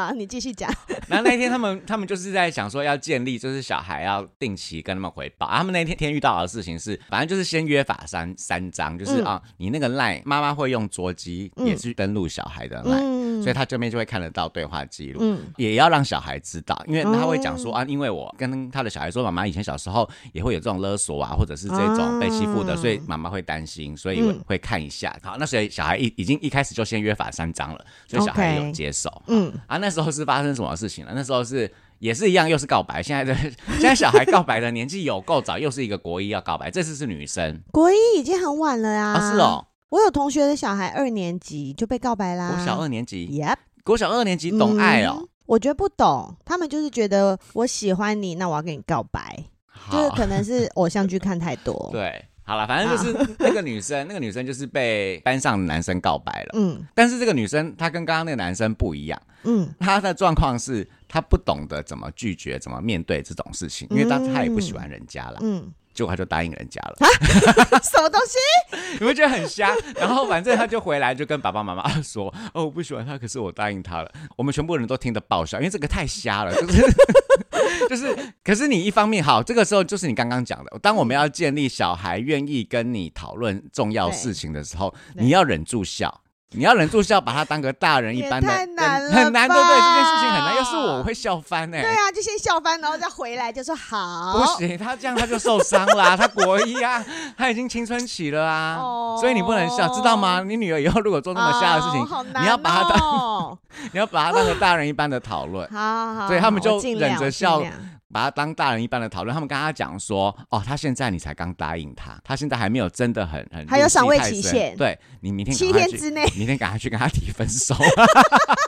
Speaker 1: 好，你继续讲。
Speaker 2: 然 后那一天他们他们就是在想说要建立，就是小孩要定期跟他们回报。啊、他们那天天遇到的事情是，反正就是先约法三三章，就是
Speaker 1: 嗯
Speaker 2: 啊、你那个 line 妈妈会用桌机
Speaker 1: 嗯
Speaker 2: 也去登录小孩的 line，、
Speaker 1: 嗯，
Speaker 2: 所以他这边就会看得到对话记录。
Speaker 1: 嗯，哦
Speaker 2: 也要让小孩知道，因为他会讲说、啊，因为我跟他的小孩说，妈妈以前小时候也会有这种勒索啊，或者是这种被欺负的，
Speaker 1: 啊
Speaker 2: 所以妈妈会担心，所以
Speaker 1: 嗯
Speaker 2: 会看一下。好，那所以小孩一已经一开始就先约法三章了，所以小孩
Speaker 1: OK
Speaker 2: 有接受。
Speaker 1: 嗯
Speaker 2: 啊，那时候是发生什么事情了？那时候是也是一样，又是告白。现在的 现在小孩告白的年纪有够早，又是一个国一要告白，这次是女生
Speaker 1: 国一已经很晚了啊！
Speaker 2: 啊，是。哦，
Speaker 1: 我有同学的小孩二年级就被告白啦。
Speaker 2: 国小二年级，
Speaker 1: ，Yep，
Speaker 2: 国小二年级懂爱哦
Speaker 1: 嗯。我觉得不懂，他们就是觉得我喜欢你，那我要跟你告白，就是
Speaker 2: 好，
Speaker 1: 可能是偶像剧看太多。，
Speaker 2: 对，好了，反 正就是那个女生，那个女生就是被班上的男生告白了。
Speaker 1: 嗯
Speaker 2: 但是这个女生她跟刚刚那个男生不一样，
Speaker 1: 嗯，
Speaker 2: 她的状况是她不懂得怎么拒绝，怎么面对这种事情，因为当她也不喜欢人家了，
Speaker 1: 嗯，
Speaker 2: 结果她就答应人家了。
Speaker 1: 什么东西？
Speaker 2: 你会觉得很瞎。然后反正他就回来就跟爸爸妈 妈说：“哦，我不喜欢他，可是我答应他了。”我们全部人都听得爆笑，因为这个太瞎了，就是 就是。可是你一方面好，这个时候就是你刚刚讲的，当我们要建立小孩愿意跟你讨论重要事情的时候，
Speaker 1: 对
Speaker 2: 你要忍住笑。你要忍住笑，把他当个大人一般
Speaker 1: 也
Speaker 2: 的，
Speaker 1: 太难了吧
Speaker 2: 很很难的，对这件事情很难。要是我，我会笑翻哎、
Speaker 1: 对啊，就先笑翻，然后再回来就说
Speaker 2: 不
Speaker 1: 好。
Speaker 2: 行，他这样他就受伤啦、 他国一啊，他已经青春期了啊，
Speaker 1: 哦
Speaker 2: 所以你不能笑，知道吗？你女儿以后如果做那么瞎的事情，
Speaker 1: 哦好难哦、
Speaker 2: 你要把她当
Speaker 1: 好
Speaker 2: 你要把她当成大人一般的讨论，
Speaker 1: 好好，
Speaker 2: 所以他们就
Speaker 1: 我尽量
Speaker 2: 忍着笑
Speaker 1: 我尽量
Speaker 2: 把她当大人一般的讨论。他们跟她讲说，哦，她现在你才刚答应她，她现在还没有真的很很
Speaker 1: 还有
Speaker 2: 入戏
Speaker 1: 赏味
Speaker 2: 太
Speaker 1: 期
Speaker 2: 深
Speaker 1: 限
Speaker 2: 对你明天赶
Speaker 1: 七
Speaker 2: 快
Speaker 1: 天
Speaker 2: 去
Speaker 1: 之内，
Speaker 2: 明天赶快去跟他提分手，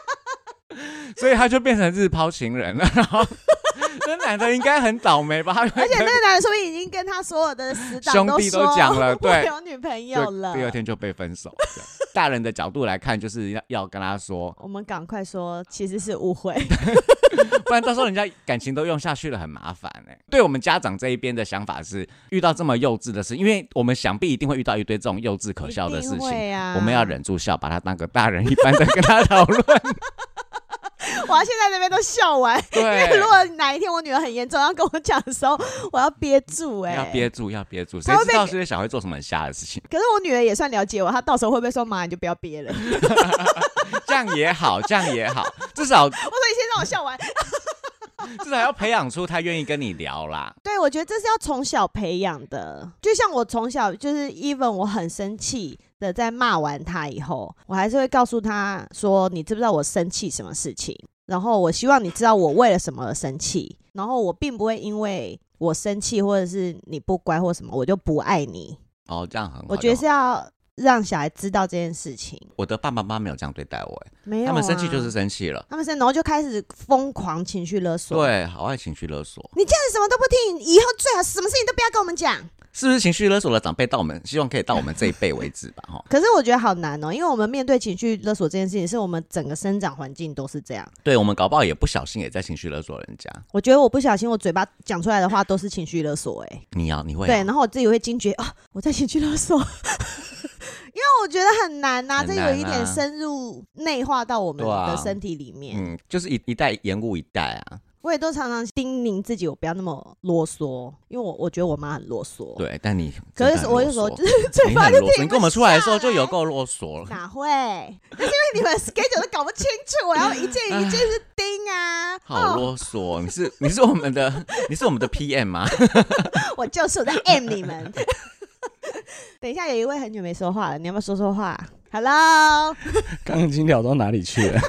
Speaker 2: 所以他就变成日抛情人了。然后那男的应该很倒霉吧？他
Speaker 1: 而且那个男的说不定已经跟他所有的死党
Speaker 2: 兄
Speaker 1: 都
Speaker 2: 弟
Speaker 1: 说
Speaker 2: 都 讲了
Speaker 1: 我
Speaker 2: 对
Speaker 1: 有女朋
Speaker 2: 就
Speaker 1: 友了。
Speaker 2: 第二天就被分手。这样大人的角度来看，就是要要跟他说，
Speaker 1: 我们赶快说，其实是误会。
Speaker 2: 不然到时候人家感情都用下去了，很麻烦哎、对我们家长这一边的想法是，遇到这么幼稚的事，因为我们想必一定会遇到一堆这种幼稚可笑的事
Speaker 1: 一定
Speaker 2: 情。
Speaker 1: 会啊、
Speaker 2: 我们 要。忍住笑，把他当个大人一般的跟他讨论。
Speaker 1: 哇，现在那边都笑完。
Speaker 2: 对
Speaker 1: 如，果哪一天我女儿很严重要跟我讲的时候，我要憋住哎、
Speaker 2: 要憋。住，要憋住。谁
Speaker 1: 他会
Speaker 2: 知
Speaker 1: 被
Speaker 2: 道这些小孩做什么很瞎的事情？
Speaker 1: 可是我女儿也算了解我，她到时候会不会说妈你就不要憋了？我 说
Speaker 2: 这样也好，这样也好，至少
Speaker 1: 你先让我笑完。
Speaker 2: 至少要培养出他愿意跟你聊啦。
Speaker 1: 对，我觉得这是要从小培养的。就像我从小就是 even 我很生气的在骂完他以后，我还是会告诉他说：“你知不知道我生气什么事情？然后我希望你知道我为了什么而生气。然后我并不会因为我生气或者是你不乖或什么，我就不爱你。
Speaker 2: 哦，这样很好。
Speaker 1: 我觉得是要让小孩知道这件事情。
Speaker 2: 我的爸爸妈妈没有这样对待我、欸，
Speaker 1: 没有、啊，
Speaker 2: 他们生气就是生气了。
Speaker 1: 他们生，然后就开始疯狂情绪勒索。
Speaker 2: 对，好爱情绪勒索，
Speaker 1: 你这样子什么都不听，以后最好什么事情都不要跟我们讲。
Speaker 2: 是不是情绪勒索的长辈到我们，希望可以到我们这一辈为止吧？ 哈，
Speaker 1: 可是我觉得好难哦，因为我们面对情绪勒索这件事情，是我们整个生长环境都是这样。
Speaker 2: 对我们搞不好也不小心也在情绪勒索人家。
Speaker 1: 我觉得我不小心，我嘴巴讲出来的话都是情绪勒索、欸，哎，
Speaker 2: 你要、你会啊、
Speaker 1: 对，然后我自己会惊觉啊，我在情绪勒索，因 为我觉得很难呐、
Speaker 2: 很
Speaker 1: 这
Speaker 2: 难
Speaker 1: 有一
Speaker 2: 啊
Speaker 1: 点深入内化到我们
Speaker 2: 对啊
Speaker 1: 的身体里面。
Speaker 2: 嗯，就是一一代延误一代啊。
Speaker 1: 我也都常常叮咛自己，我不要那么啰嗦，因为我我觉得我妈很啰嗦。，
Speaker 2: 对，但你
Speaker 1: 可
Speaker 2: 真
Speaker 1: 是
Speaker 2: 的很
Speaker 1: 我
Speaker 2: 啰
Speaker 1: 有时候
Speaker 2: 嗦
Speaker 1: 就是嘴
Speaker 2: 你
Speaker 1: 巴
Speaker 2: 很
Speaker 1: 就
Speaker 2: 啰嗦，
Speaker 1: 停
Speaker 2: 你
Speaker 1: 不
Speaker 2: 跟我们出来的时候
Speaker 1: 下
Speaker 2: 就有
Speaker 1: 来
Speaker 2: 够啰嗦了。
Speaker 1: 哪会？那是因为你们 schedule 都搞不清楚，然后一件一件是钉啊。
Speaker 2: 好
Speaker 1: 哦，
Speaker 2: 啰嗦，你是你是我们的 你是我们的 PM 吗？
Speaker 1: 我就是我在 M 你们。 等一下，有一位很久没说话了，你要不要说说话？Hello，
Speaker 3: 刚刚已经聊到哪里去了？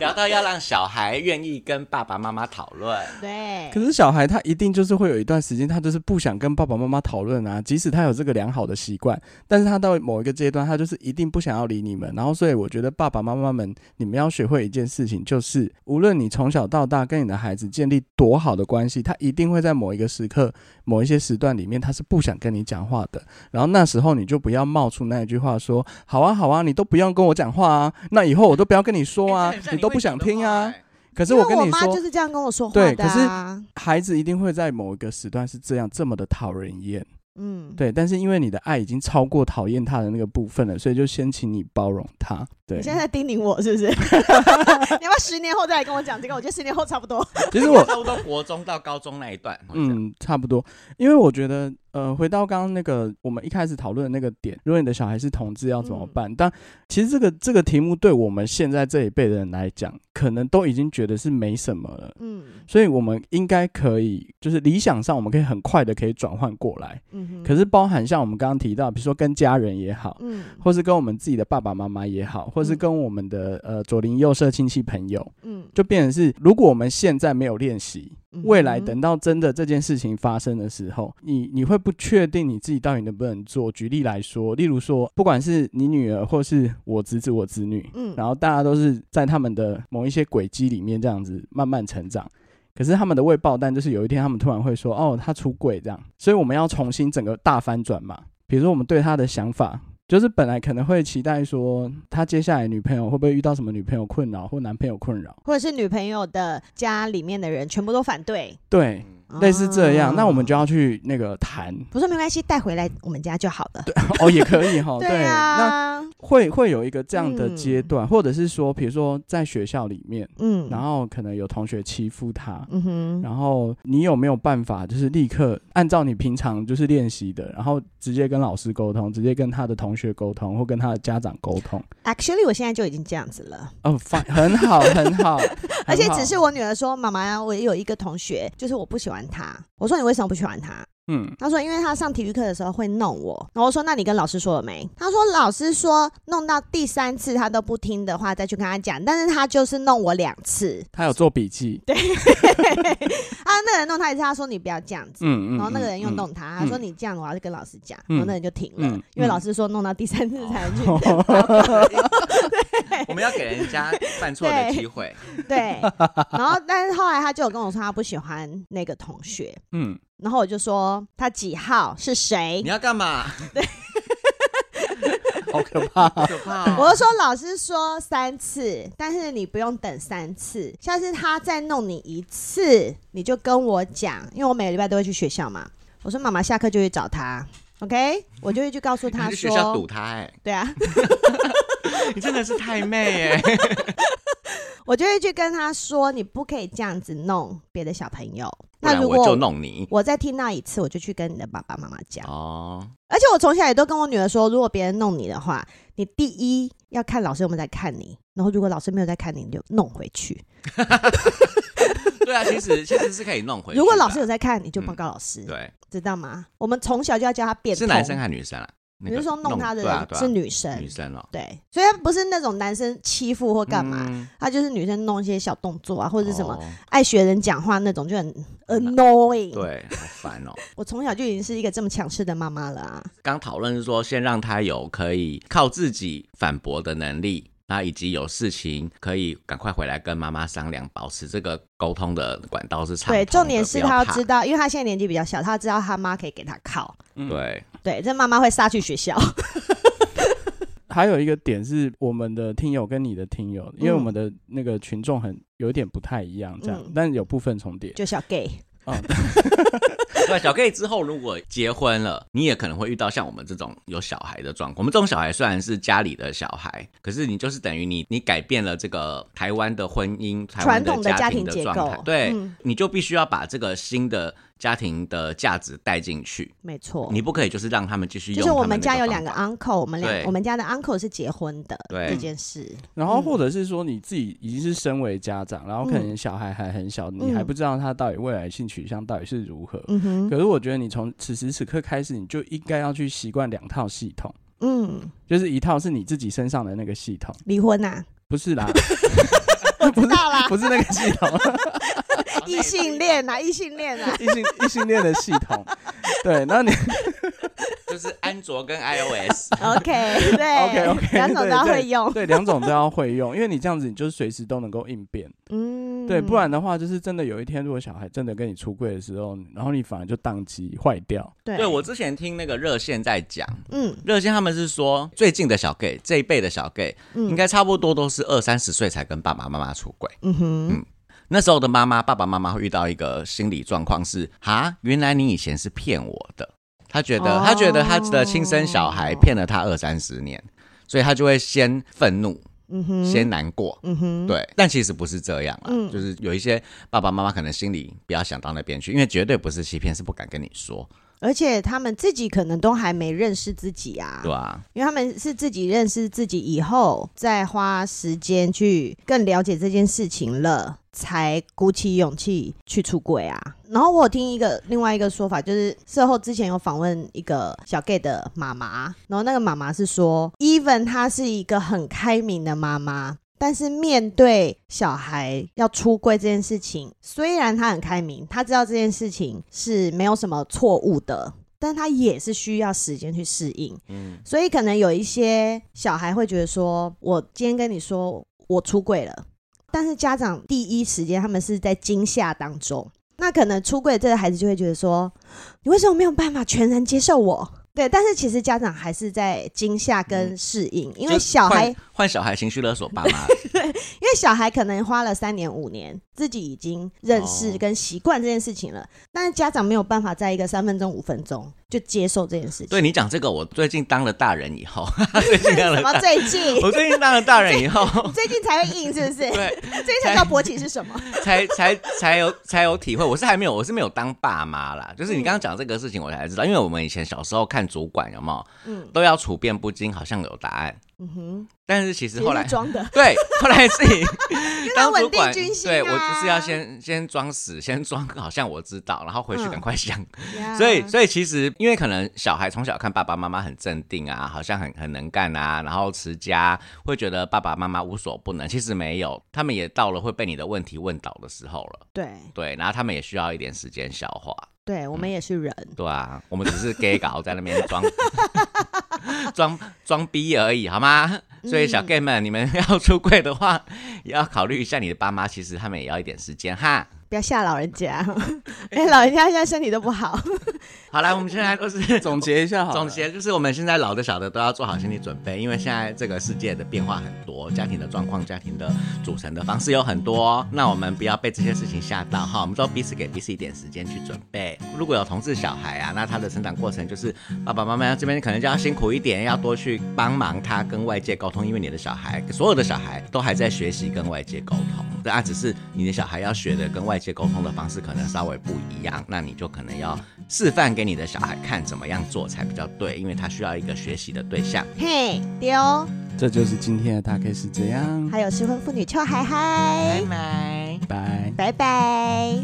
Speaker 2: 聊到要让小孩愿意跟爸爸妈妈讨论，
Speaker 1: 对
Speaker 3: 可，是小孩他一定就是会有一段时间，他就是不想跟爸爸妈妈讨论啊。即使他有这个良好的习惯，但是他到某一个阶段，他就是一定不想要理你们。然后，所以我觉得爸爸妈妈们，你们要学会一件事情，就是无论你从小到大跟你的孩子建立多好的关系，他一定会在某一个时刻、某一些时段里面，他是不想跟你讲话的。然后那时候你就不要冒出那一句话说：“好啊，好啊，你都不用跟我讲话啊，那以后我都不要跟你说
Speaker 1: 哎
Speaker 3: 啊，你都不想听啊。”
Speaker 1: 欸
Speaker 3: 可是
Speaker 1: 因为
Speaker 3: 我跟你
Speaker 1: 妈
Speaker 3: 说，
Speaker 1: 就是这样跟我说话
Speaker 3: 对
Speaker 1: 的啊。
Speaker 3: 孩子一定会在某一个时段是这样这么的讨人厌，
Speaker 1: 嗯，
Speaker 3: 对。但是因为你的爱已经超过讨厌他的那个部分了，所以就先请你包容他。对
Speaker 1: 你，现在在叮咛我是不是？你要不要十年后再来跟我讲这个？我觉得十年后差不多。
Speaker 3: 其实
Speaker 2: 我
Speaker 3: 我
Speaker 2: 差不多国中到高中那一段，嗯，
Speaker 3: 嗯差不多，因为我觉得呃，回到刚刚那个我们一开始讨论的那个点，如果你的小孩是同志要怎么
Speaker 1: 嗯
Speaker 3: 办？但其实这个这个题目对我们现在这一辈的人来讲，可能都已经觉得是没什么了。
Speaker 1: 嗯
Speaker 3: 所以我们应该可以，就是理想上我们可以很快的可以转换过来。
Speaker 1: 嗯哼，
Speaker 3: 可
Speaker 1: 是
Speaker 3: 是包含像我们刚刚提到，比如说跟家人也好，
Speaker 1: 嗯
Speaker 3: 或是跟我们自己的爸爸妈妈也好，或是
Speaker 1: 嗯
Speaker 3: 跟我们的呃左邻右舍亲戚朋友，
Speaker 1: 嗯，
Speaker 3: 就变成是，如果我们现在没有练习，
Speaker 1: 嗯
Speaker 3: 未来
Speaker 1: 哼
Speaker 3: 等到真的这件事情发生的时候，你你会不确定你自己到底能不能做。举例来说，例如说，不管是你女儿或是我侄子、我侄女，
Speaker 1: 嗯
Speaker 3: 然后大家都是在他们的某一些轨迹里面这样子慢慢成长。可是他们的未爆弹就是有一天他们突然会说：“哦，他出柜这样。”所以我们要重新整个大翻转嘛。比如说我们对他的想法，就是本来可能会期待说他接下来女朋友会不会遇到什么女朋友困扰或男朋友困扰，
Speaker 1: 或者是女朋友的家里面的人全部都反对，啊
Speaker 3: 对，
Speaker 1: 嗯
Speaker 3: 类似这样。那我们
Speaker 1: 就。
Speaker 3: 就要去那个谈
Speaker 1: 不是没关系，带回来我们家就好了。对
Speaker 3: 哦，也可 以哈。对，那
Speaker 1: 啊，
Speaker 3: 会会有一个这样的
Speaker 1: 嗯
Speaker 3: 阶段，或者是说，比如说在学校里面，
Speaker 1: 嗯
Speaker 3: 然后可能有同学欺负他，
Speaker 1: 嗯哼，
Speaker 3: 然后你有没有办法，就是立刻按照你平常就是练习的，然后直接跟老师沟通，直接跟他的同学沟通，或跟他的家长沟通？
Speaker 1: Actually，我现在就已经这样子了，
Speaker 3: 哦，反很好，很好，
Speaker 1: 而且
Speaker 3: 很好
Speaker 1: 只是我女儿说：“妈妈，我有一个同学，就是我不喜欢他。”我说：“你为什么不喜欢他
Speaker 3: 嗯？”，
Speaker 1: 她说：“因为他上体育课的时候会弄我。”然后我说：“那你跟老师说了没？”她说：“老师说弄到第三次他都不听的话，再去跟他讲。但是他就是弄我两次
Speaker 3: 他有做笔记，
Speaker 1: 啊，那个人弄他一次，他说你不要这样子。
Speaker 3: 嗯嗯，
Speaker 1: 然后那个人又
Speaker 3: 嗯
Speaker 1: 弄他，他说
Speaker 3: 嗯
Speaker 1: 你这样我要去跟老师讲，
Speaker 3: 嗯
Speaker 1: 然后那人就停了
Speaker 3: 嗯，
Speaker 1: 因为
Speaker 3: 嗯
Speaker 1: 老师说弄到第三次才 能去
Speaker 2: 我们要给人家犯错的机会，
Speaker 1: 对，然后但是后来他就有跟我说他不喜欢那个同学，
Speaker 3: 嗯，
Speaker 1: 然后我就说他几号是谁
Speaker 2: 你，要干嘛？
Speaker 3: 好可怕，
Speaker 2: 可 怕
Speaker 1: 我
Speaker 2: 哦！
Speaker 1: 就说老师说三次，但是你不用等三次，下次他再弄你一次，你就跟我讲，因为我每个礼拜都会去学校嘛。我说妈妈下课就去找他，OK，我就会去告诉
Speaker 2: 你
Speaker 1: 他
Speaker 2: 去学校欸
Speaker 1: 说
Speaker 2: 堵，他哎、
Speaker 1: 对啊，
Speaker 2: 你真的是太妹哎、
Speaker 1: 我就会去跟他说，你不可以这样子弄别的小朋友。
Speaker 2: 不
Speaker 1: 那
Speaker 2: 然
Speaker 1: 如
Speaker 2: 我就
Speaker 1: 果
Speaker 2: 弄你。
Speaker 1: 我再听到一次，我就去跟你的爸爸妈妈讲。
Speaker 2: 哦，
Speaker 1: 而且我从小也都跟我女儿说，如果别人弄你的话，你第一要看老师有没有在看你，然后如果老师没有在看你，你就弄回去；
Speaker 2: 对啊，其实其实是可以弄回去的。
Speaker 1: 如果老师有在看，你就报告老师，
Speaker 2: 对，
Speaker 1: 知道吗？我们从小就要教他变通。
Speaker 2: 是男生还是女生啊？那
Speaker 1: 你
Speaker 2: 个
Speaker 1: 是说弄他的
Speaker 2: 对啊
Speaker 1: 人
Speaker 2: 对啊
Speaker 1: 是女生？
Speaker 2: 女生哦，
Speaker 1: 对，所以他不是那种男生欺负或干嘛，
Speaker 2: 嗯
Speaker 1: 他就是女生弄一些小动作啊，或者是什么
Speaker 2: 哦啊
Speaker 1: 爱学人讲话那种，就很 annoying。
Speaker 2: 对，好烦哦。
Speaker 1: 我从小就已经是一个这么强势的妈妈了啊。
Speaker 2: 刚讨论是说，先让他有可以靠自己反驳的能力，那以及有事情可以赶快回来跟妈妈商量，保持这个沟通的管道是畅通
Speaker 1: 对，
Speaker 2: 的
Speaker 1: 重点是
Speaker 2: 不
Speaker 1: 他要
Speaker 2: 怕
Speaker 1: 知道，因为他现在年纪比较小，他要知道他妈可以给他靠。
Speaker 3: 嗯
Speaker 2: 对，
Speaker 1: 对，这妈妈会杀去学校。
Speaker 3: 还有一个点是我们的听友跟你的听友，因为我们的那个群众很有一点不太一样，这样，
Speaker 1: 嗯
Speaker 3: 但有部分重叠。
Speaker 1: 就小 gay，
Speaker 2: 对，小 K 之后如果结婚了，你也可能会遇到像我们这种有小孩的状况。我们这种小孩虽然是家里的小孩，可是你就是等于你你改变了这个台湾的婚姻、台湾
Speaker 1: 传统的
Speaker 2: 家
Speaker 1: 家
Speaker 2: 庭
Speaker 1: 庭
Speaker 2: 的
Speaker 1: 结
Speaker 2: 状态
Speaker 1: 构，
Speaker 2: 对，
Speaker 1: 嗯
Speaker 2: 你就必须要把这个新的家庭的价值带进去，
Speaker 1: 没错，
Speaker 2: 你不可以就是让他们继续用
Speaker 1: 就是
Speaker 2: 他那方法。
Speaker 1: 我们家有两个 uncle，我们
Speaker 2: 对
Speaker 1: 两我们家的 uncle 是结婚的
Speaker 2: 对
Speaker 1: 这件事，
Speaker 3: 然后或者是说你自己已经是身为家长，然后可能小孩还很小，你还不知道他到底未来性取向到底是如何。
Speaker 1: 嗯哼，
Speaker 3: 可是我觉得你从此时此刻开始，你就应该要去习惯两套系统，
Speaker 1: 嗯，
Speaker 3: 就是一套是你自己身上的那个系统，
Speaker 1: 离婚呐，
Speaker 3: 不是 啦，
Speaker 1: 知道啦，
Speaker 3: 不是那个系统，
Speaker 1: 异性恋啊呐，异性恋呐，
Speaker 3: 异性异性恋的系统。对， 那你
Speaker 2: 就是安卓跟 iOS。
Speaker 1: OK，对
Speaker 3: OK，OK，
Speaker 1: 哎两种都要会用，
Speaker 3: 对两种都要会用，因为你这样子，你就随时都能够应变。
Speaker 1: 嗯，
Speaker 3: 对，不然的话，就是真的有一天，如果小孩真的跟你出柜的时候，然后你反而就宕机坏掉。
Speaker 1: 对
Speaker 2: 对我之前听那个热线在讲，
Speaker 1: 嗯
Speaker 2: 热线他们是说最近的小 gay 这一辈的小 gay
Speaker 1: 嗯
Speaker 2: 应该差不多都是二三十岁才跟爸爸妈妈出轨。
Speaker 1: 嗯哼，
Speaker 2: 那时候的妈妈、爸爸妈妈会遇到一个心理状况是：哈，原来你以前是骗我的。他觉得，
Speaker 1: 哦
Speaker 2: 他觉得他的亲生小孩骗了他二三十年，所以他就会先愤怒，
Speaker 1: 嗯哼，
Speaker 2: 先难过。
Speaker 1: 嗯哼，
Speaker 2: 对，但其实不是这样啦，
Speaker 1: 嗯
Speaker 2: 就是有一些爸爸妈妈可能心里不要想到那边去，因为绝对不是欺骗，是不敢跟你说，
Speaker 1: 而且他们自己可能都还没认识自己啊，
Speaker 2: 对吧、
Speaker 1: 因为他们是自己认识自己以后，再花时间去更了解这件事情了，才鼓起勇气去出轨啊。然后我有听一个另外一个说法，就是事后之前有访问一个小 gay 的妈妈，然后那个妈妈是说，even 她是一个很开明的妈妈。但是面对小孩要出柜这件事情，虽然她很开明，她知道这件事情是没有什么错误的，但她也是需要时间去适应。
Speaker 2: 嗯，
Speaker 1: 所以可能有一些小孩会觉得说，我今天跟你说我出柜了，但是家长第一时间他们是在惊吓当中，那可能出柜这个孩子就会觉得说，你为什么没有办法全然接受我？ 对，但是其实家长还是在惊吓跟适应，因为
Speaker 2: 就
Speaker 1: 小孩，
Speaker 2: 换换小孩情绪勒索爸妈，
Speaker 1: 因为小孩可能花了三年五年，自己已经认识
Speaker 2: 哦
Speaker 1: 跟习惯这件事情了，但是家长没有办法在一个三分钟五分钟就接受这件事情。
Speaker 2: 对，你讲这个，我最近当了大人以后， 最近当了
Speaker 1: 什么
Speaker 2: 大，
Speaker 1: 最近？，
Speaker 2: 我最近当了大人以后
Speaker 1: 最近才会硬是不是？
Speaker 2: 对，
Speaker 1: 这才叫勃起是什么？
Speaker 2: 才才才有才有体会。我是还没有，我是没有当爸妈啦。就是你刚刚讲这个事情，我才知道，因为我们以前小时候看主管有没有，
Speaker 1: 嗯
Speaker 2: 都要处变不惊，好像有答案，
Speaker 1: 嗯哼，
Speaker 2: 但是其实
Speaker 1: 只
Speaker 2: 后
Speaker 1: 是
Speaker 2: 来。
Speaker 1: 装 的。
Speaker 2: 对，后来自己当
Speaker 1: 稳
Speaker 2: 主管，
Speaker 1: 定军心
Speaker 2: 对我就是要
Speaker 1: 啊
Speaker 2: 先先装死，先装好像我知道，然后回去
Speaker 1: 嗯
Speaker 2: 赶快想所以，所以其实因为可能小孩从小看爸爸妈妈很镇定啊，好像很很能干啊，然后持家，会觉得爸爸妈妈无所不能。其实没有，他们也到了会被你的问题问倒的时候了。
Speaker 1: 对
Speaker 2: 对，然后他们也需要一点时间消化。
Speaker 1: 对，我们也是人。
Speaker 2: 对啊，我们只是 gay 搞在那边装 装装逼而已，好吗？所以小 gay 们，你们要出柜的话，也要考虑一下你的爸妈，其实他们也要一点时间哈。
Speaker 1: 不不要吓老人家， 哎、老人家现在身体都不好。
Speaker 2: 好来，我们现在都是
Speaker 3: 总结一下好，
Speaker 2: 总。结就是我们现在老的小的都要做好心理准备，因为现在这个世界的变化很多，家庭的状况、家庭的组成的方式有很多。那我们不要被这些事情吓到哈，我们都彼此给彼此一点时间去准备。如果有同志小孩啊，那他的成长过程就是爸爸妈妈这边可能就要辛苦一点，要多去帮忙他跟外界沟通，因为你的小孩所有的小孩都还在学习跟外界沟通，对啊，只是你的小孩要学的跟外界沟通的方式可能稍微不一样，那你就可能要示范给你的小孩看怎么样做才比较对，因为他需要一个学习的对象。
Speaker 1: 嘿，丢，
Speaker 3: 这就是今天的大概
Speaker 1: 嗯
Speaker 3: 是这样，
Speaker 2: 哎
Speaker 1: 还有失婚妇女邱海海，
Speaker 2: 拜。
Speaker 3: 拜。
Speaker 1: 拜拜。